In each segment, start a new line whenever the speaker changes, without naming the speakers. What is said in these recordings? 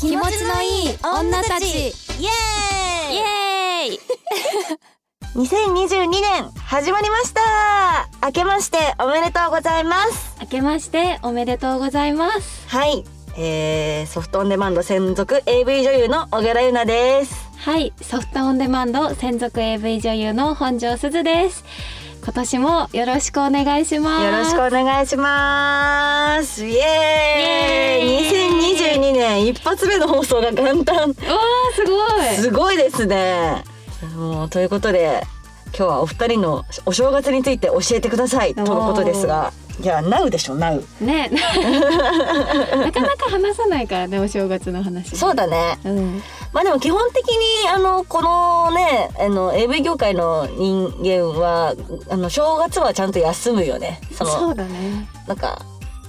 気持ちのいい女たちイエ
エイ
ーイ
2022年始まりました明けましておめでとうございます
明けましておめでとうございます
はい、えー、ソフトオンデマンド専属 AV 女優の小倉優奈です
はいソフトオンデマンド専属 AV 女優の本庄すずです今年もよろしくお願いします
よろしくお願いしますイエーイ
イエーイ
2022年一発目の放送が元旦
おーすごい
すごいですねもうということで今日はお二人のお正月について教えてくださいとのことですがいや NOW でしょ NOW
ね なかなか話さないからねお正月の話
そうだね
うん
まあでも基本的にあのこのねあの AV 業界の人間はあの正月はちゃんと休むよねその
そうだね
なんか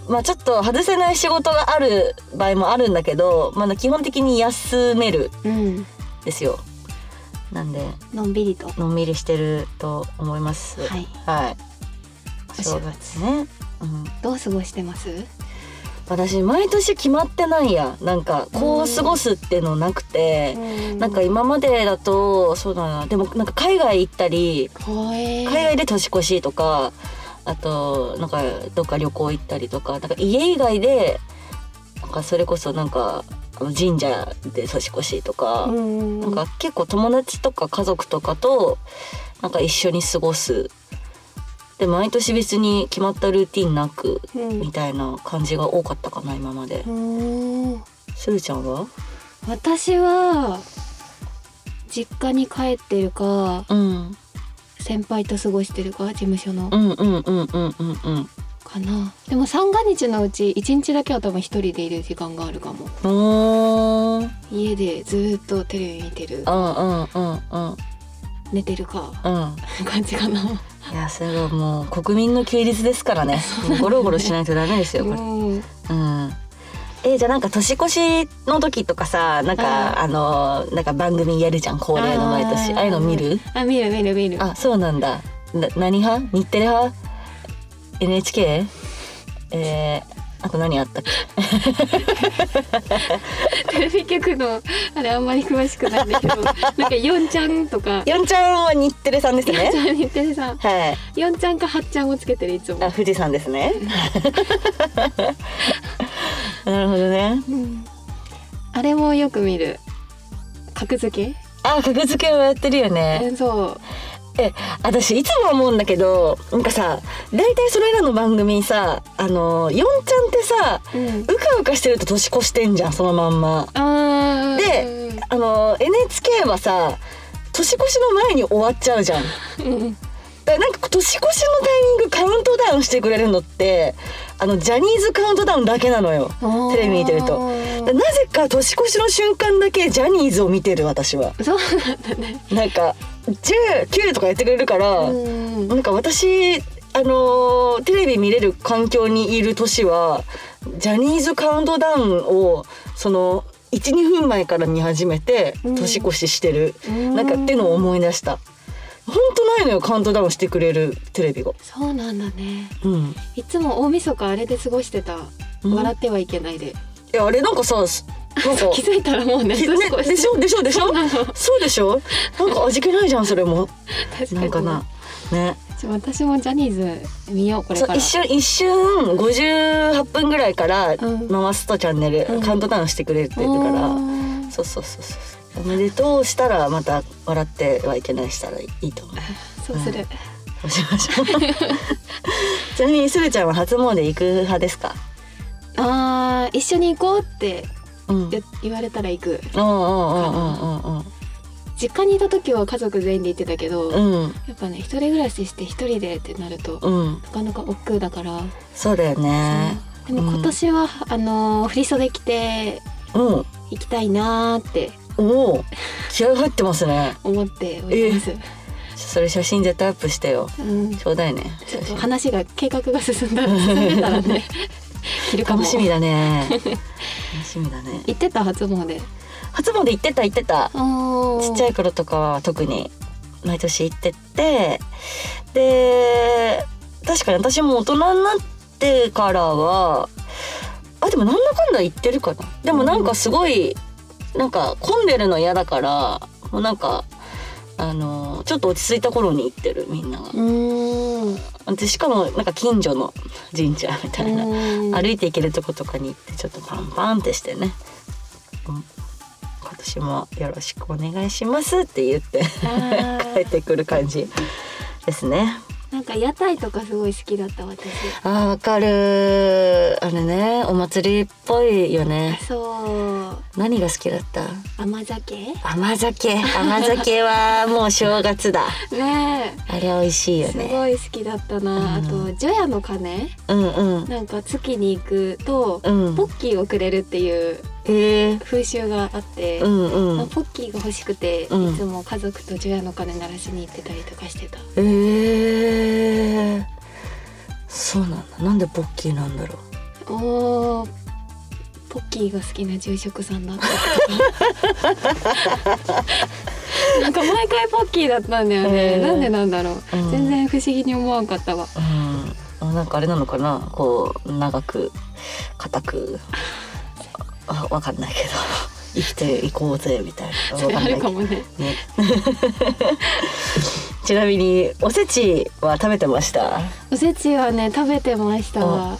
まあちょっと外せない仕事がある場合もあるんだけどまあ基本的に休める
うん
んですよなんで
のんびりとは
のんびりしてると思います
い
はい
お
お
正
正
月
月ね、うん、
どう過ごしてます
私毎年決まってないやなんかこう過ごすってのなくて、なんか今までだとそうだなでもなんか海外行ったり
ほえ
海外で年越しとかあとなんかどっか旅行行ったりとかなんか家以外でなんかそれこそなんかあの神社で年越しとか、
うん
なんか結構友達とか家族とかとなんか一緒に過ごすで毎年別に決まったルーティンなく
うん
みたいな感じが多かったかな今まで
う。ーん
するちゃんは
私は実家に帰ってるか
うん
先輩と過ごしてるか事務所の
うんうんうんうんうんうん
かなでも三が日のうち一日だけは多分一人でいる時間があるかも
おーうん
家でずーっとテレビ見てる
うんうんうん
寝てる か
うん
感じかない
やそれはもう国民の休日ですからねゴロゴロしないとダメですよ
う
これ
ん
うんえじゃあなんか年越しの時とかさなんかあのなんか番組やるじゃん恒例の毎年
あー
ああいうの見る
あ見る見る見る
あそうなんだな何派日テレ派 NHK えー、あと何あったっけ
テレビ局のあれあんまり詳しくないんだ けどなんか四ちゃんとか
四ちゃんは日テレさんです
四
ね
ちゃん日テレさん
はい
四ちゃんか八ちゃんをつけてるいつも
あ、富士山ですね。 なるほどね。
うんあれもよく見る格付け
あ、格付けをやってるよね。
えそう
私いつも思うんだけど、なんかさ、大体それらの番組さ、あの四ちゃんってさ、
うん
うかうかしてると年越してんじゃんそのまんま。
あー
であの NHK はさ、年越しの前に終わっちゃうじゃん。
うん
だからなんか年越しのタイミングカウントダウンしてくれるのって、あのジャニーズカウントダウンだけなのよ。テレビ見てるとでなぜか年越しの瞬間だけジャニーズを見てる私は
そうなんだね
なんか19とかやってくれるから、
うん
なんか私あのーテレビ見れる環境にいる年はジャニーズカウントダウンをその12分前から見始めて
うん
年越ししてる、
うん
なんかってのを思い出した本当ないのよカウントダウンしてくれるテレビが
そうなんだね
うん
いつも大晦日あれで過ごしてた
うん
笑ってはいけないで
いやあれなんかさなん か
気づいたらもうね
きねでしょでしょでしょ
そうなの確
そうでしょなんか味気ないじゃんそれ も
か
な
に
んかなね
ちょ私もジャニーズ見ようこれ
そ
か
う
ら
一瞬一瞬58分ぐらいから
うん
回すとチャンネル、
うん
カウントダウンしてくれてるから、
うん
そうそうそうそうおめでとうしたらまた笑ってはいけないしたらいいと思う
そうする
そうしまし ょうちなみにすずちゃんは初詣行く派ですか
あー一緒に行こうって
うんうんうんうん
言言われたら行く
うん
実家にいた時は家族全員で行ってたけど、
う
や
んうん
っぱね一人暮らしして一人でってなると、
うん
なかなか億劫だから、
そうだよね
そうでも今年は、あのー振り袖着て
うん
行きたいなーって
おお気合入ってますね
思っております、
それ写真絶対アップしてよ
うん、ち
ちょうだいね
ょっと話が計画が進んだら進めたら ね着るかも
楽しみだ ね楽しみだね
行ってた初詣
初詣行ってた行ってたちっちゃ
い
い頃とかは特に毎年行っててで確かに私も大人になってからはあでもなんだかんだ言ってるかなでもなんかすごい、なんか混んでるの嫌だからもうなんかあのちょっと落ち着いた頃に行ってるみんなが
うーんう
でしかもなんか近所の神社みたいな
ーん
歩いて行けるとことかに行ってちょっとパンパンってしてね、うん今年もよろしくお願いしますって言って
あー
帰ってくる感じですね
なんか屋台とかすごい好きだった私
あーわかるあれねお祭りっぽいよね
そう
何が好きだった
甘酒
甘酒甘酒はもう正月だ
ね
あれ美味しい
え
よ
す
ね
ごい好きだったな、
うん
あと除夜の鐘
うんうん
なんか月に行くと、
うん
ポッキーをくれるっていう
へえ
風習があって、
うんう
まあ
ん
ポッキーが欲しくて、
うん
いつも家族と除夜の鐘鳴らしに行ってたりとかしてた
へえそうなんだなんでポッキーなんだろう
おーポッキーが好きな住職さんだった なんか毎回ポッキーだったんだよね、
へー
なんでなんだろう、
うん
全然不思議に思わんかったわ
うん、なんかあれなのかなこう長く固くあわかんないけど 生きていこうぜみたいな
それ
わかん
あ
ない
る
け
か
ど
もね
ねちなみにおせちは食べてました
おせちはね食べてました
あ
わ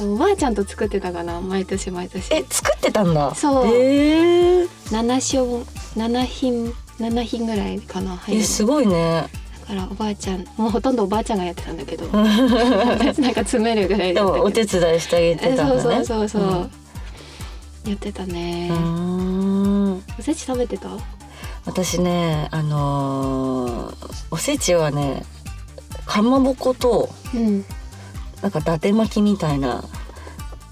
おばあちゃんと作ってたかな毎年毎
え
年
作ってたんだ
そう
へー
7品7品7品ぐらいかな入
え
る
すごいね
だからおばあちゃんもうほとんどおばあちゃんがやってたんだ けど私なんか詰めるぐらい
で
だったけど
もお手伝いしてあげてたんだね
えそうそうそうそう、やってたね、
うんうーん
おせち食べてた
私ねあのーおせちはねかまぼこと
うん
なんか伊達巻きみたいな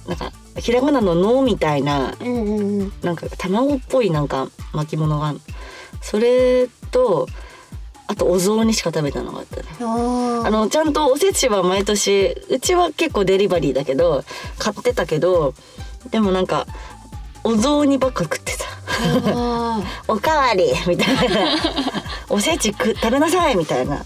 なんかひらがなの「の」みたいな
うんうんうん
なんか卵っぽいなんか巻き物があるそれとあとお雑煮しか食べたのがあったね
あー
あのちゃんとおせちは毎年うちは結構デリバリーだけど買ってたけどでもなんかお雑煮ばっか食ってた
あー
「おかわり!」みたい な「おせち食食べなさい!」みたいな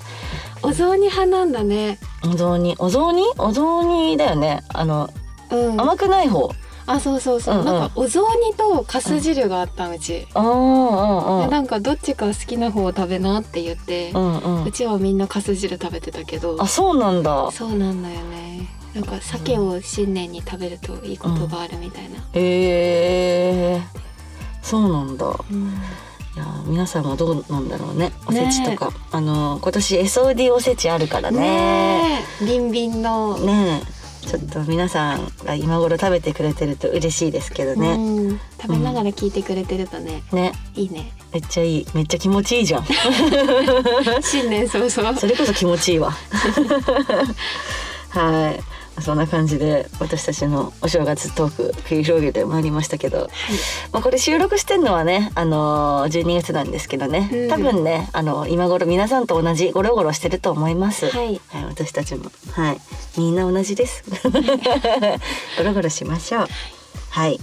お雑煮派なんだね
お雑煮お雑煮お雑煮だよねあの
うん
甘くない方
あそうそうそう、
うんうん
なんかお雑煮とかす汁があったうち、
あーうんう
で
ん
なんかどっちか好きな方を食べなって言って、
うんう、
うんちはみんなかす汁食べてたけど
あそうなんだ
そうなんだよねなんか鮭を新年に食べるといいことがあるみたいな、
へえー、そうなんだ
うん
いやー皆さんはどうなんだろうねおせちとか、あのー今年 SOD おせちあるからね
ねえビンビンの
ねえちょっと皆さんが今頃食べてくれてると嬉しいですけどね、
うん、食べながら聞いてくれてるとね、
ね
いいね
めっちゃいいめっちゃ気持ちいいじゃん
新年早々
それこそ気持ちいい わはいそんな感じで私たちのお正月トーク繰り広げてまいりましたけどまあ、これ収録してんのはね、あのー、12月なんですけどね、
うん
多分ね、あの今頃皆さんと同じゴロゴロしてると思います、
はい、はい、
はい、私たちもはいみんな同じです ゴロゴロしましょうはい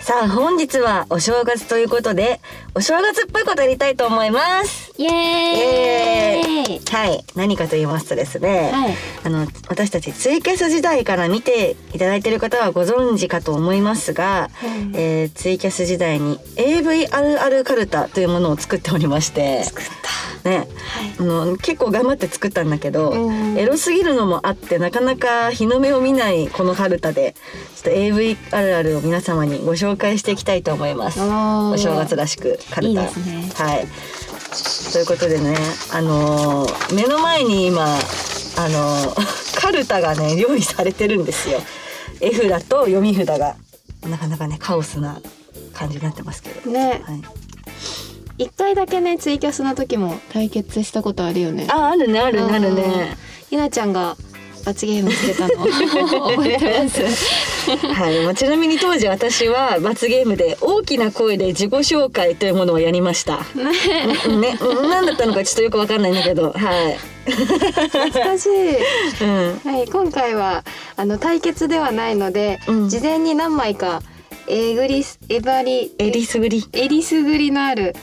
さあ本日はお正月ということでお正月っぽいことやりたいと思います
イエーイ
イエはい何かと言いますとですね、
はい
あの私たちツイキャス時代から見ていただいている方はご存知かと思いますが、
うん
えーツイキャス時代に AV あるあるカルタというものを作っておりまして、
作った
ね、
はい
あの結構頑張って作ったんだけど、
うん
エロすぎるのもあってなかなか日の目を見ないこのカルタでちょっと AV あるあるを皆様にご紹介していきたいと思います。
お
お正月
だ
らしくカル
い
タ
いですね
はいということでねあのー目の前に今あのー カルタがね用意されてるんですよ絵札と読み札がなかなかねカオスな感じになってますけど、
ね
はい、
一回だけねツイキャスの時も対決したことあるよね
ああるねあるねあるね
ゆなちゃんが罰ゲームしてたの覚えてます
はい、まあちなみに当時私は罰ゲームで大きな声で自己紹介というものをやりましたねね何だったのかちょっとよくわかんないんだけどはい
懐かしい
うん
はい、今回はあの対決ではないので、
うん
事前に何枚かえぐりすえばり
えりすぐり
えりすぐりのある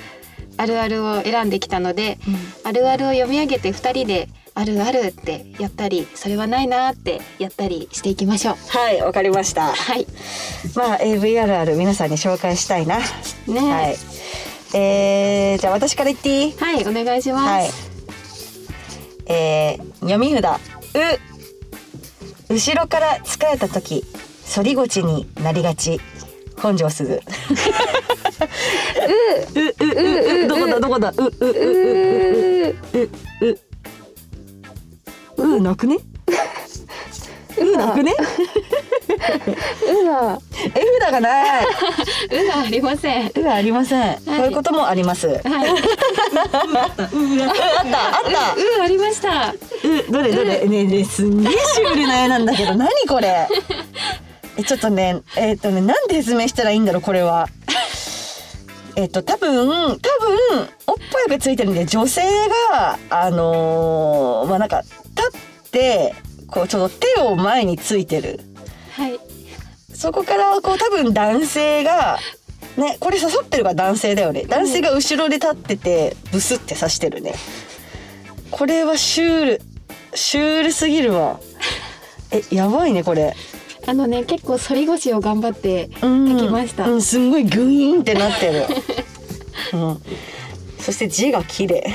あるあるを選んできたので、あるあるを読み上げて2人であるあるってやったりそれはないなってやったりしていきましょう
はいわかりました
はい
まあ AV あるある皆さんに紹介したいな
ね
はいえー、じゃあ私から言っていい
はい、お願いします、
はいえー、読み札う後ろから疲れた時反り腰になりがち本庄すず ううううどこだどこだうう
う
うう
ー
うな くねうな くね
うは
絵札がないう
はありません
うはありません、こういうことも ありますう
はい、う
あったあった
ありました
うどれどれねえねえすんげえシュールな絵なんだ けど何これえちょっとねえっ、とねなんて説明したらいいんだろうこれはえっと多分多分おっぱいがついてるんで女性があのーまあなんか立ってこうちょっと手を前についてる
はい
そこからこう多分男性がねこれ刺さってるから男性だよね男性が後ろで立っててブスって刺してるねこれはシュールシュールすぎるわえやばいねこれ
あのね結構反り腰を頑張って
うん
書きました、
うんすんごいグイーンってなっ てるうんそして字が綺麗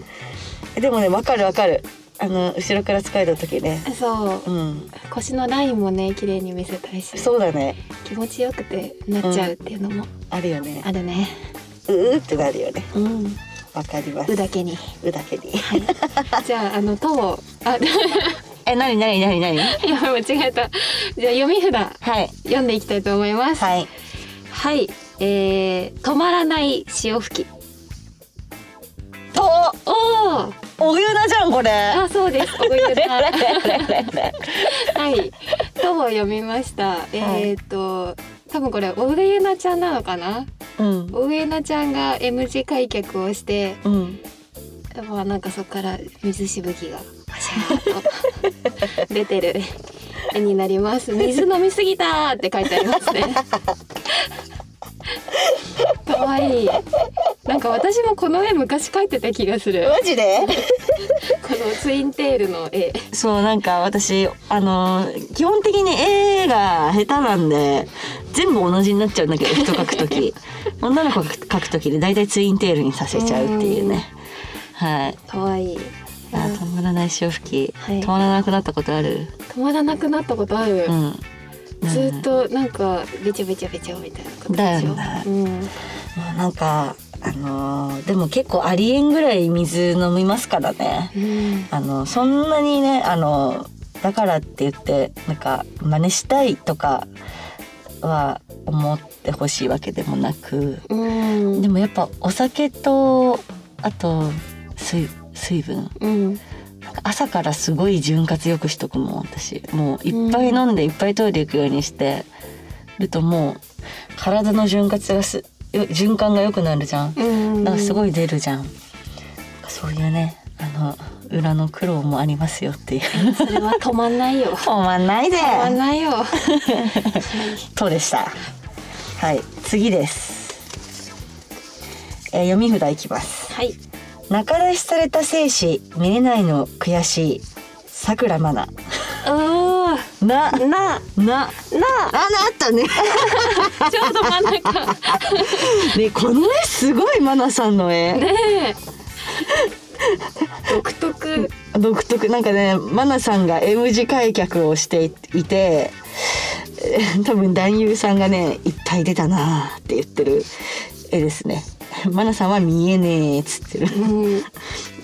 でもねわかるわかるあの後ろから疲れた時ね
そう
うん
腰のラインもね綺麗に見せたいし
そうだね
気持ちよくてなっちゃうっていうのも
あるよね
あるね
うーってなるよね
うん
わかります
うだけに
うだけに
じゃああの「と」をあ
え、なになになになに。
いや間違えたじゃあ読み札
はい。
読んでいきたいと思いますはい、
はい。
えー、止まらない潮吹き
と、
おお
おゆなじゃん、これ。
あ そうですおごゆだは
はい。
「と」を読みましたえっ、ー、と多分これお上なちゃんなのかない
うん。
お上なちゃんが M 字開脚をして
うん。
まあなんかそこから水しぶきがパシャーっと出てる絵になります。水飲みすぎたって書いてありますね。 可愛いなんか私もこの絵昔描いてた気がする。
マジで。
このツインテールの絵。
そう、なんか、私、あのー、基本的に絵が下手なんで。全部同じになっちゃうんだけど、人描くと き。女の子が描くときで、大体ツインテールにさせちゃうっていうね。はい。
可愛いい。
あ、止まらない潮吹き。
はい
止まらなくなったことある。
止まらなくなったことある
う。ん。
ずーっとなんかべちゃべちゃべちゃみたいなことでしょ。
だよね
うん。
まあなんかあのーでも結構ありえんぐらい水飲みますからね
うん。
あのそんなにねあのだからって言ってなんか真似したいとかは思ってほしいわけでもなく
うん。
でもやっぱお酒とあと水水分
うん。
なんか朝からすごい潤滑よくしとくもん私もういっぱい飲んでいっぱいトイレ行くようにしてるともう体の潤滑がすよ循環が良くなるじゃん。
うん。
なんか
い。
すごい出るじゃん。そういうね、あの裏の苦労もありますよっていう。
それは止まんないよ。
止まんないで。
止まんないよ。
とでした。はい、次です。えー読み札いきます。
はい。
仲出しされた精子見れないの悔しい。さくらまな。
お
な、
お。な。
な、あ、
な。
なったね。
ちょうど真ん中。
ね、この絵すごいまなさんの絵。
ねえ。独特。
独特なんかねマナさんが M 字開脚をしていて えー多分男優さんがね「一体出たな」って言ってる絵ですね。マナさんは見えねえっつってる。
うん。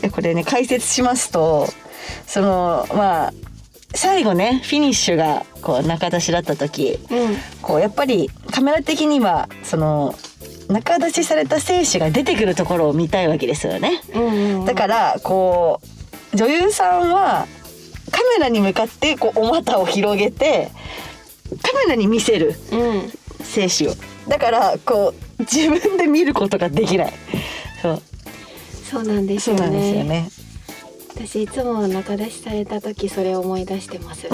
でこれね解説しますとそのまあ最後ねフィニッシュがこう中出しだった時
うん。
こうやっぱりカメラ的にはその中出しされた精子が出てくるところを見たいわけですよね。
うん。
だからこう女優さんはカメラに向かってこうお股を広げてカメラに見せる
ら。うん。
精子をだからこう自分で見ることができないそう
そうなんです
そう
よ
なんです
ね。
よね
私いつも仲出しされた時、それを思い出して ます。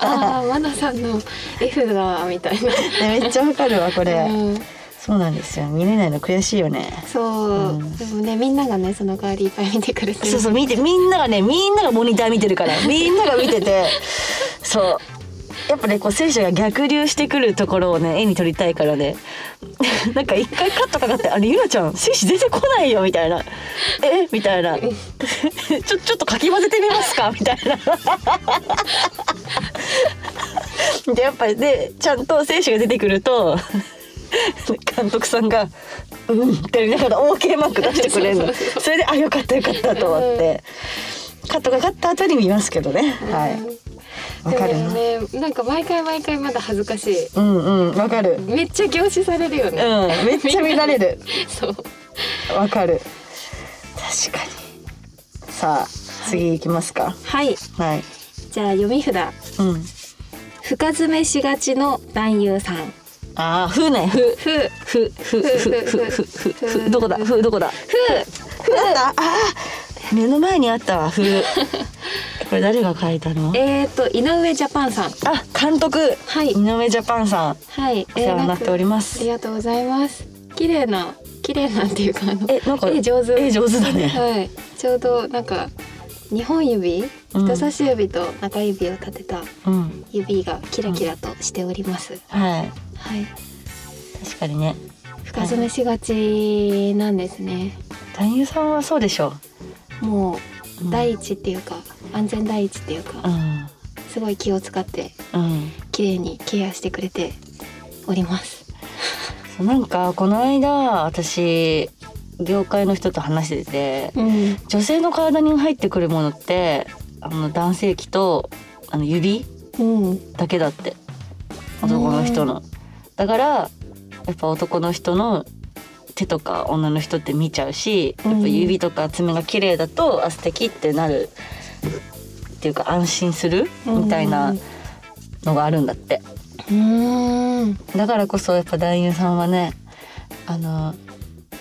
ああ、まなさんの F だみたいな。
ねめっちゃわかるわこれ、
うん。
そうなんですよ見れないの悔しいよね
そう、
うん
でもねみんながねその代わりいっぱい見てくれてる
そうそう見てみんながねみんながモニター見てるからみんなが見ててそうやっぱねこう選手が逆流してくるところをね絵に撮りたいからね なんか一回カットかかって「あれゆなちゃん選手出てこないよ」みたいな「えみたいな「ちょちょっとかき混ぜてみますか」みたいな。でやっぱりねちゃんと選手が出てくると監督さんが「うん」って言いながら OK マーク出してくれるの
そうそうそう
それであよかったよかったと思って、カットが勝った後に見ますけどね、はいわかるな、
でもねなんか毎回毎回まだ恥ずかしい
うんうんわかるうん
めっちゃ凝視されるよね、
めっちゃ見られる
そう
わかる確かにさあ次行きますか
はい
はい
じゃあ読み札
うん
深爪しがちの男優さん
ああふねふ
ふふ
ふふふふふふふどこだふどこだふなんだあー目の前にあったわふ これ誰が書いたの
えっ、と井上ジャパンさん
あ監督
はい
井上ジャパンさん
はい
お世話になっておりま
えーなんか
す
ありがとうございます綺麗な綺麗なっていうかあの
えなんか
絵上手
絵上手だね
はいちょうどなんか2本指、
うん
人差し指と中指を立てた
うん
指がキラキラとしております、
はい
はい
確かにね
深爪しがちなんですね
男優さんはそうでしょ
も
うん
う第一っていうか安全第一っていう
うう
か
ん
すごい気を使って
うん
綺麗にケアしてくれております
そうなんかこの間私業界の人と話してて
うん
女性の体に入ってくるものってあの男性器とあの指
うん
だけだって男の人のだからやっぱ男の人の手とか女の人って見ちゃうしやっぱ指とか爪が綺麗だとあ素敵ってなるっていうか安心するみたいなのがあるんだって
うん
だからこそやっぱ男優さんはねあの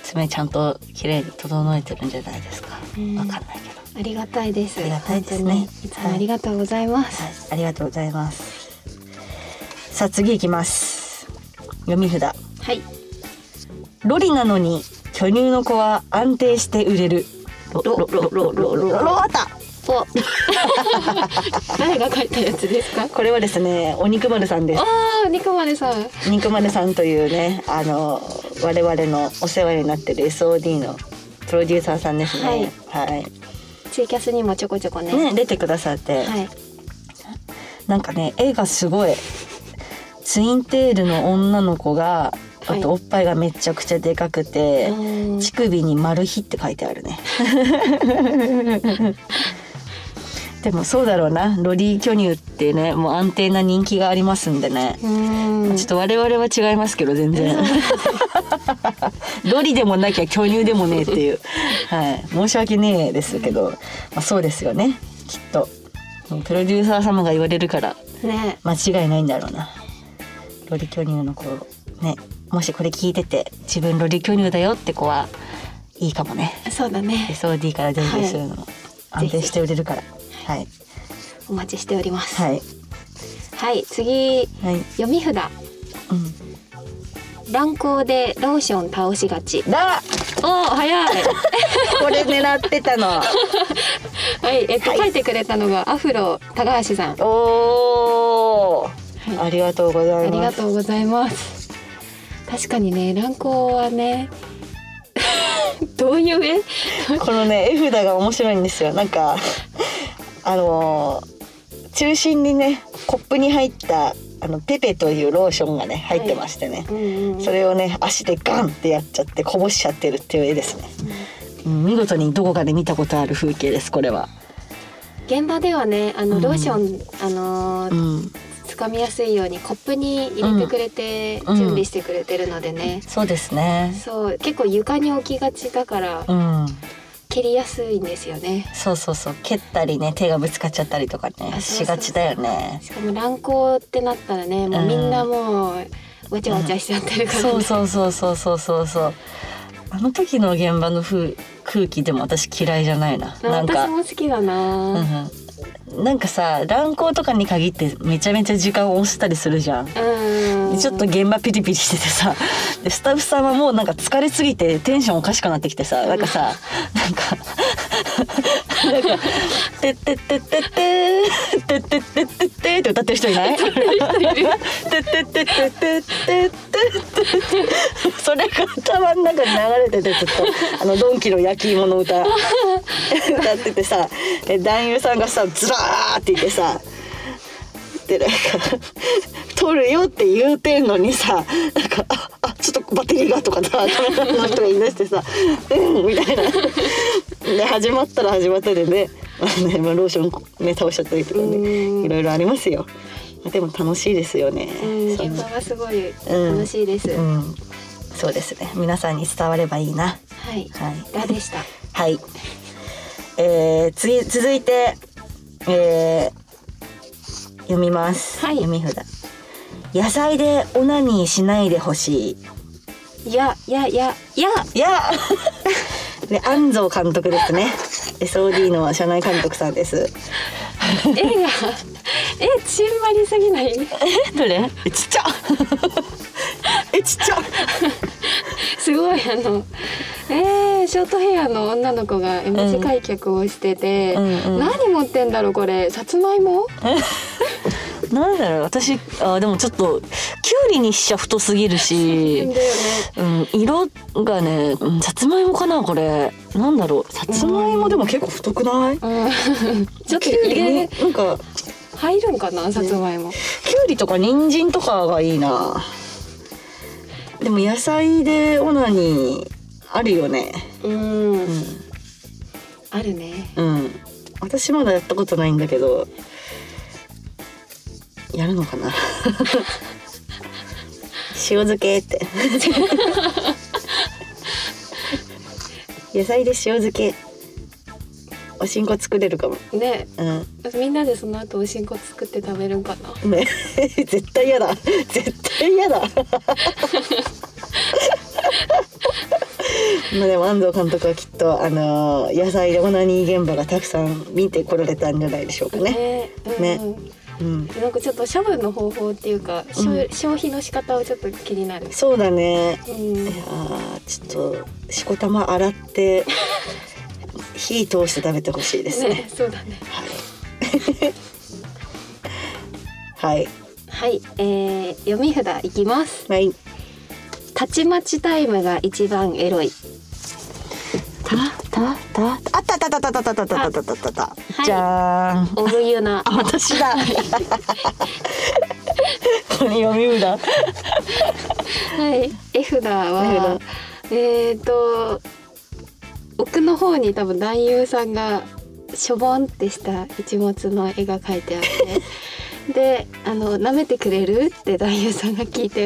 爪ちゃんと綺麗に整えてるんじゃないですかわか
うん
んないけど、
ありがたいです。
ありがたいです
本
ね
当にいつもありがとうございます。
はい、ありがとうございますさあ次いきます読み札
はい。
ロリなのに巨乳の子は安定して売れる。ロロロロロロロアタ。
お。 誰が書いたやつですか。
これはですね、お肉丸さんです
あ。あ、肉までさん。
肉丸さんというね、あの我々のお世話になってる SOD のプロデューサーさんですね。はい。
ツイキャスにもちょこちょこね。
ね出てくださっ
は
て、
い。
なんかね絵がすごい。ツインテールの女の子が、
はい
あとおっぱいがめちゃくちゃでかくて、
うん
乳首にマルヒって書いてあるね。 でもそうだろうなロリー巨乳ってねもう安定な人気がありますんでね、
うん
ちょっと我々は違いますけど 全然ロリでもなきゃ巨乳でもねえっていう、はい、申し訳ねえですけど、まあ、そうですよねきっとプロデューサー様が言われるから
ね。
間違いないんだろうなロリ巨乳の子ねもしこれ聞いてて自分ロリ巨乳だよって子はいいかもね
そうだね。
SOD から全然するのも
い
安定して売れるからはい
お待ちしております。
はい
はい、次。
はい、
読み札。
うん、
乱行でローション倒しがち。
だ
おお、早い。
これ狙ってたの
はい、えっと、書いてくれたのがアフロ高橋さん。
おー、
は
ありがとうござ
あ
い
りが
ます
とうございます。確かにね、乱行はね。 どういう絵。
このね絵札が面白いんですよなんかあのー中心にねコップに入ったあのペペというローションがね入ってましてね、
うんうん
それをね足でガンってやっちゃってこぼしちゃってるっていう絵ですね、うん見事にどこかで見たことある風景ですこれは、
現場ではね、あ
う
の
ん
ローション、あの
う
ー、
ん、
掴みやすいようにコップに入れてくれて、
うん
準備してくれてるのでね。
そうですね
そう、結構床に置きがちだから、
うん
蹴りやすいんですよね。
そうそうそう蹴ったりね手がぶつかっちゃったりとかね
あそうそうそう
しがちだよね
しかも乱行ってなったらね、もうみんなもう。わちゃわちゃしちゃってるから、ね
そうそうそうそうそうそうそうあの時の現場の風空気でも私嫌いじゃないな
あ
なんか
私も好きだな、
うんうんなんかさ乱行とかに限ってめちゃめちゃ時間を押したりするじゃん。
うん
でちょっと現場ピリピリしててさでスタッフさんはもうなんか疲れすぎてテンションおかしくなってきてさなんかさなんかなんか「てってってってっててってってってって」って歌ってる人いないてってってってってってってってそれが頭の中に流れててずっとあのドンキの焼き芋の歌 歌っててさで男優さんがさずらーっていてさってなんか 撮るよって言うてんのにさなんかああちょっとバッテリーがとかさカメラの人が言い出してさ「うん」みたいな。で始まったら始まったでねあのね、まあ、ローションね倒しちゃったりとか
うん
ねいろいろありますよ。でも楽しいですよね。
うん
そん
現
な
場はすごい
うん
楽しいです、
うん、そうですね皆さんに伝わればいいな。
はい
はい
だでした
はい。えー、次続いて、えー読みます。
はい
読み札。野菜でオナニーしないでほしい。
いやいやいやいや
いや。で、安蔵監督ですね。SOD の社内監督さんです。
絵が えちんまりすぎない
え、 どれ？え、ちっち ゃ。え、ちっちゃ。
すごいあのえー、ショートヘアの女の子が M 字開脚をしてて、
うんうん
何持ってんだろうこれさつまいも
なんだろう。私、あ、でもちょっとキュウリにしちゃ太すぎる
だ
し
よね
うん、色がね、うんさつまいもかなこれ。なんだろう。さつまいもでも結構太くな
う
い？
ん ちょっと
きゅう
入
り
れ
ねなんか
入るんかなさつまいも、
きゅうりとか人参とかがいいな。でも野菜でオナニーあるよね。
うん
うん、
あるね
うん。私まだやったことないんだけど、やるのかな。 塩漬けって。 野菜で塩漬け。おしんこ作れるかも。
ね
うん。
みんなでその後おしんこ作って食べるんかな
ね、 絶対嫌だ絶対嫌だ まあでも安藤監督はきっとあのー野菜でオナニー現場がたくさん見てこられたんじゃないでしょうかね。
うん
ね
うん
うん、
なんかちょっと処分の方法っていうか、しょ
うん
消費の仕方をちょっと気になる
そうだね。
うん
いやーちょっとしこたま洗って 火通して食べてほしいですね。
ねそうだね
はい。
はい、えー、読み札いきます
はい。はい。
たちまちタイムが一番エロい
たたたあったあったあったあったあったあったあったあったあった。
い
じゃーん。
オブユナ
あ、私だ。これ読み札。
はい絵札はえっ、ー、と奥の方に多分男優さんがしょぼんってした一物の絵が描いてあ ってであの舐めてくれるって男優さんが聞いて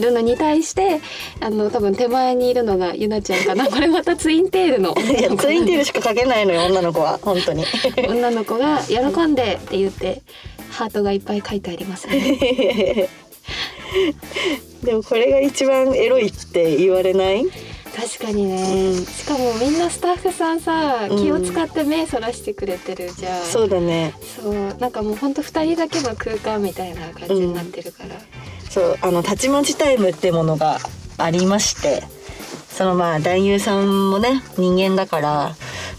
るのに対してあの多分手前にいるのがゆなちゃんか なこれまたツインテール の
いや、ツインテールしか書けないのよ、女の子は、本当に。
女の子が喜んでって言ってハートがいっぱい書いてありますね。
でも、これが一番エロいって言われない。
確かにね。しかもみんなスタッフさんさ
うん
気を使って目そらしてくれてるじゃん。
そうだね。
そうなんかもうほんと二人だけの空間みたいな感じになってるから。
そう、あの、たちまちタイムってものがありまして。そのまあ男優さんもね人間だから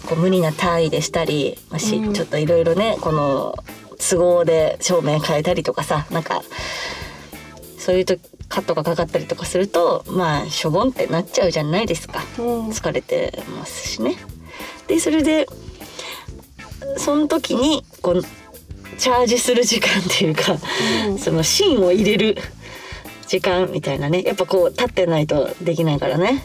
こう無理な体位でしたり、まあし
うん
ちょっといろいろねこの都合で照明変えたりとかさなんかそういうとカットがかかったりとかするとまあしょぼんってなっちゃうじゃないですか
うん
疲れてますしね。でそれでその時にこうチャージする時間っていうかその芯を入れる時間みたいなねやっぱこう立ってないとできないからね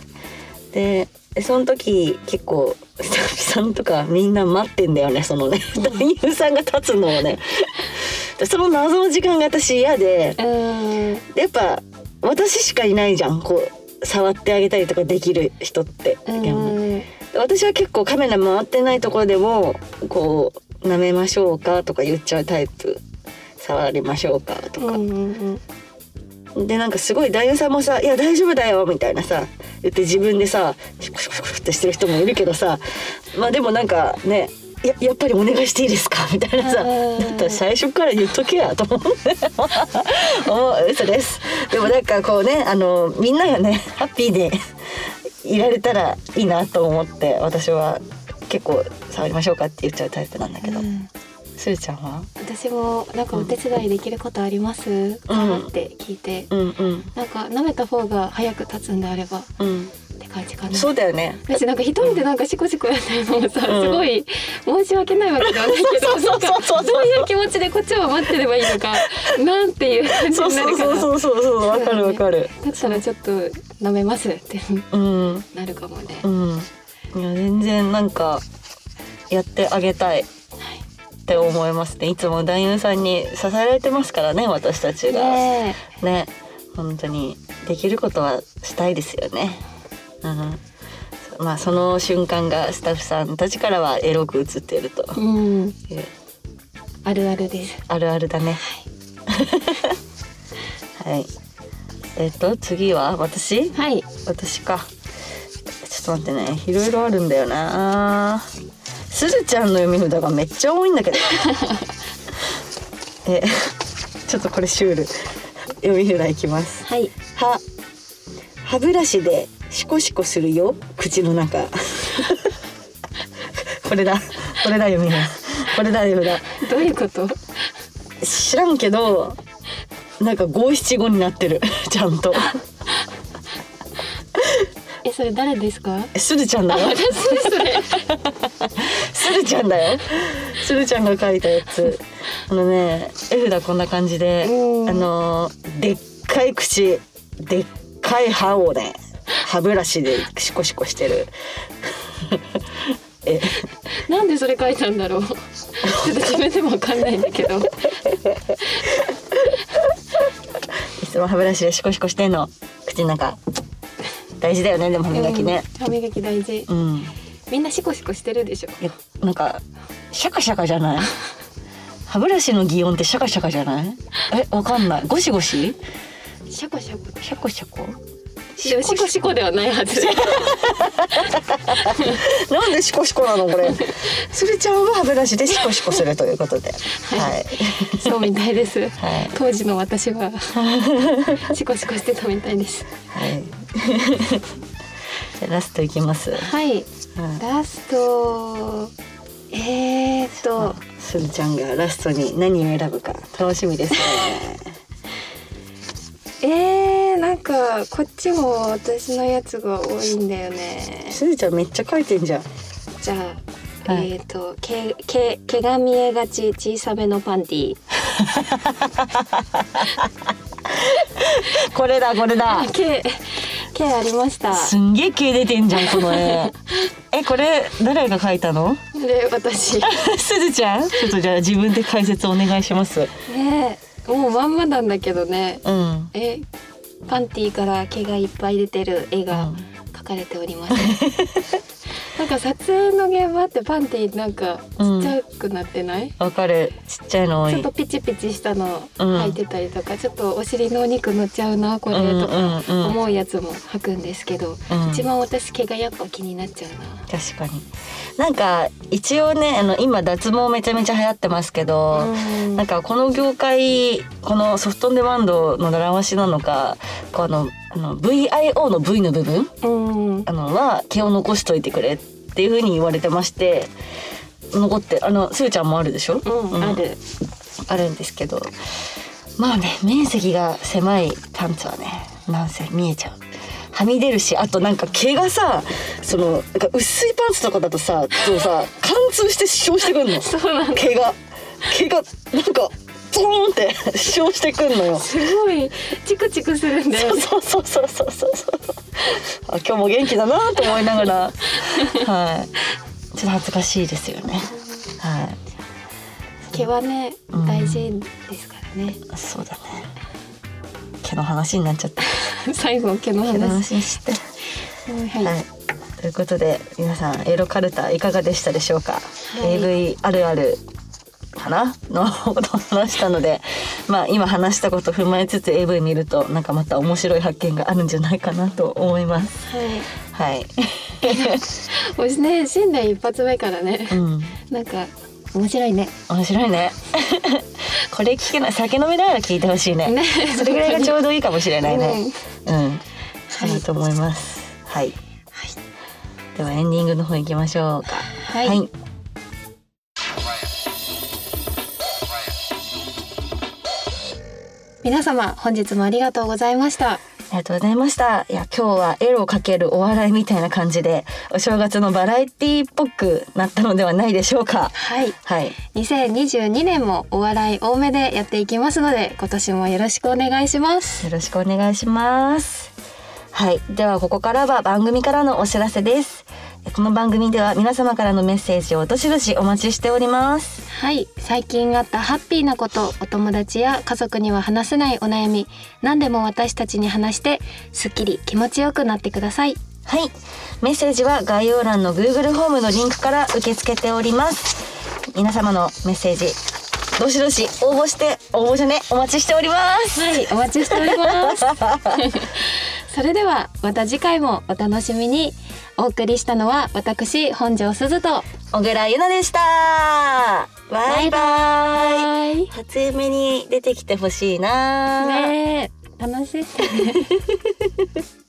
ででその時結構スタッフさんとかみんな待ってんだよねそのね男優さんが立つのをねでその謎の時間が私嫌で
うん。うん。
でやっぱ私しかいないじゃんこう触ってあげたりとかできる人って、
うん。
で私は結構カメラ回ってないところでもこう舐めましょうかとか言っちゃうタイプ触りましょうかとか、
うん。
でなんかすごい男優さんもさ「いや大丈夫だよ」みたいなさ言って自分でさシュクシュクシュクってしてる人もいるけどさまあでもなんかねややっぱりお願いしていいですかみたいなさ、
うん
だったら最初から言っとけやと思うんだよもう嘘ですでもなんかこうねあのみんながねハッピーでいられたらいいなと思って私は結構触りましょうかって言っちゃうタイプなんだけど、
うん
すずちゃんは
私もなんかお手伝いできることありますか、って聞いて、
うんうん
なんか舐めた方が早く立つんであればっ
うん
て感じかな。
そうだよね
私なんか一人でなんかシコシコやってるのもさ、
うん
すごい申し訳ないわけではないけど
そうそうそうそう
なんかどういう気持ちでこっちを待ってればいいのかなんていう感じ
そう
にな
そう
るから
そうそうそうそうわかるわかる
だったらちょっと舐めますって
うん
なるかもね、
うんいや全然なんかやってあげた
は
い
い
って思いますねいつも男優さんに支えられてますからね私たちがね
ね
本当にできることはしたいですよねうんまあその瞬間がスタッフさんたちからはエロく映っていると
えうん
いう
あるあるです
あるあるだね はいえっと次は私
はい
私かちょっと待ってねいろいろあるんだよなすずちゃんの読み札がめっちゃ多いんだけどえちょっとこれシュール読み札いきます
はい
歯歯ブラシでシコシコするよ口の中 これだこれだ読み札これだ読み札
どういうこと
知らんけどなんか五七五になってるちゃんと
えそれ誰ですか
すずちゃんだよ
私それ
するちゃん だよ。するちゃんが書いたやつ。あのね、絵札こんな感じで、あ
うん
のーでっかい口、でっかい歯をね、歯ブラシでシコシコしてる。え、
なんでそれ書いたんだろうちょっと自分でもわかんないんだけど
いつも歯ブラシでシコシコしてんの。口の中。大事だよね、でも歯磨きね。
うん歯磨き大事
うん。
みんなシコシコしてるでしょ
いやなんか、シャカシャカじゃない歯ブラシの擬音ってシャカシャカじゃないえ、わかんない。ゴシゴシ
シャコシャコ
シャコシャコ
でもシコシコではないはず
なんでシコシコなのこれ。スルちゃんは歯ブラシでシコシコするということで。はい。
そうみたいです
はい。
当時の私 はシコシコしてたみたいです
はい。じ ゃあラストいきます。
はい
うん
ラストえー、っと
スルちゃんがラストに何を選ぶか楽しみですね。
えー、なんかこっちも私のやつが多いんだよね
スルちゃんめっちゃ書いてんじゃん。
じゃあ、
はい
えー、っとけけ毛が見えがち小さめのパンティ
これだこれだ。
毛毛ありました
すんげえ毛出てんじゃんこの 絵。えこれ誰が書いたの？
で 私
すずちゃん。ちょっとじゃあ自分で解説お願いします。
ねえもうまんまなんだけどね
うん。
えパンティーから毛がいっぱい出てる絵が描かれており ます、なんか撮影の現場ってパンティーなんかちっちゃくなってない、
わかる。ちっちゃいの多い。
ちょっとピチピチしたの
うん
履いてたりとか、ちょっとお尻のお肉乗っちゃうなこれとか
うんうんうん
思うやつも履くんですけど、
うん
一番私毛がやっぱ気になっちゃう
確かになんか一応ねあの今脱毛めちゃめちゃ流行ってますけど
な、、うん
なんかこの業界このソフトオンデマンドの習わしなのかこうあのあの VIO の V の部分
うん
あのは毛を残しといてくれっていうふうに言われてまして残ってあのすーちゃんもあるでしょ、
うんある
あるんですけどまあね面積が狭いパンツはねなんせ見えちゃうはみ出るしあとなんか毛がさそのなんか薄いパンツとかだとさそうさ 貫通して主張してくんの
そうなんだ
毛が毛がなんかゾーンって 主張してくんのよ
すごいチクチクするんだよね
そうそうそうそうそうそうあ今日も元気だなと思いながらはいちょっと恥ずかしいですよねはい
毛はね
うん
大事ですからね、
そうだね毛の話になっちゃった
最後毛の
毛の
話
話して
うんはい、
はい、ということで皆さんエロカルタいかがでしたでしょうか、
い
AV あるあるかなの ことを話したのでまあ今話したことを踏まえつつ AV 見るとなんかまた面白い発見があるんじゃないかなと思います
はい
はい、
おしね新年一発目からね
う、ん、
なんか面白いね。
面白いね これ聞けない酒飲みながら聞いてほしいね
ね
それぐらいがちょうどいいかもしれない
うん
ねうんそ
は
う
い
だと思いますはいではエンディングの方行きましょうか
はい。
は、
はいい。 皆様本日もありがとうございました。
ありがとうございましたいや今日はエロかけるお笑いみたいな感じでお正月のバラエティっぽくなったのではないでしょうか
はい。
はい
2022年もお笑い多めでやっていきますので、今年もよろしくお願いします。
よろしくお願いします。はい。では、ここからは番組からのお知らせです。この番組では皆様からのメッセージをどしどしお待ちしております。
はい。最近あったハッピーなこと、お友達や家族には話せないお悩み、何でも私たちに話して、すっきり気持ちよくなってください。
はい。メッセージは概要欄の Google ホームのリンクから受け付けております。皆様のメッセージ、どしどし応募して、応募じゃね、お待ちしております。
はい、お待ちしております。それではまた次回もお楽しみに。お送りしたのは私本庄すずと。
小倉優奈でした。バイバイ。
はい。
初夢に出てきてほしいな。
ねえ、楽しいですね。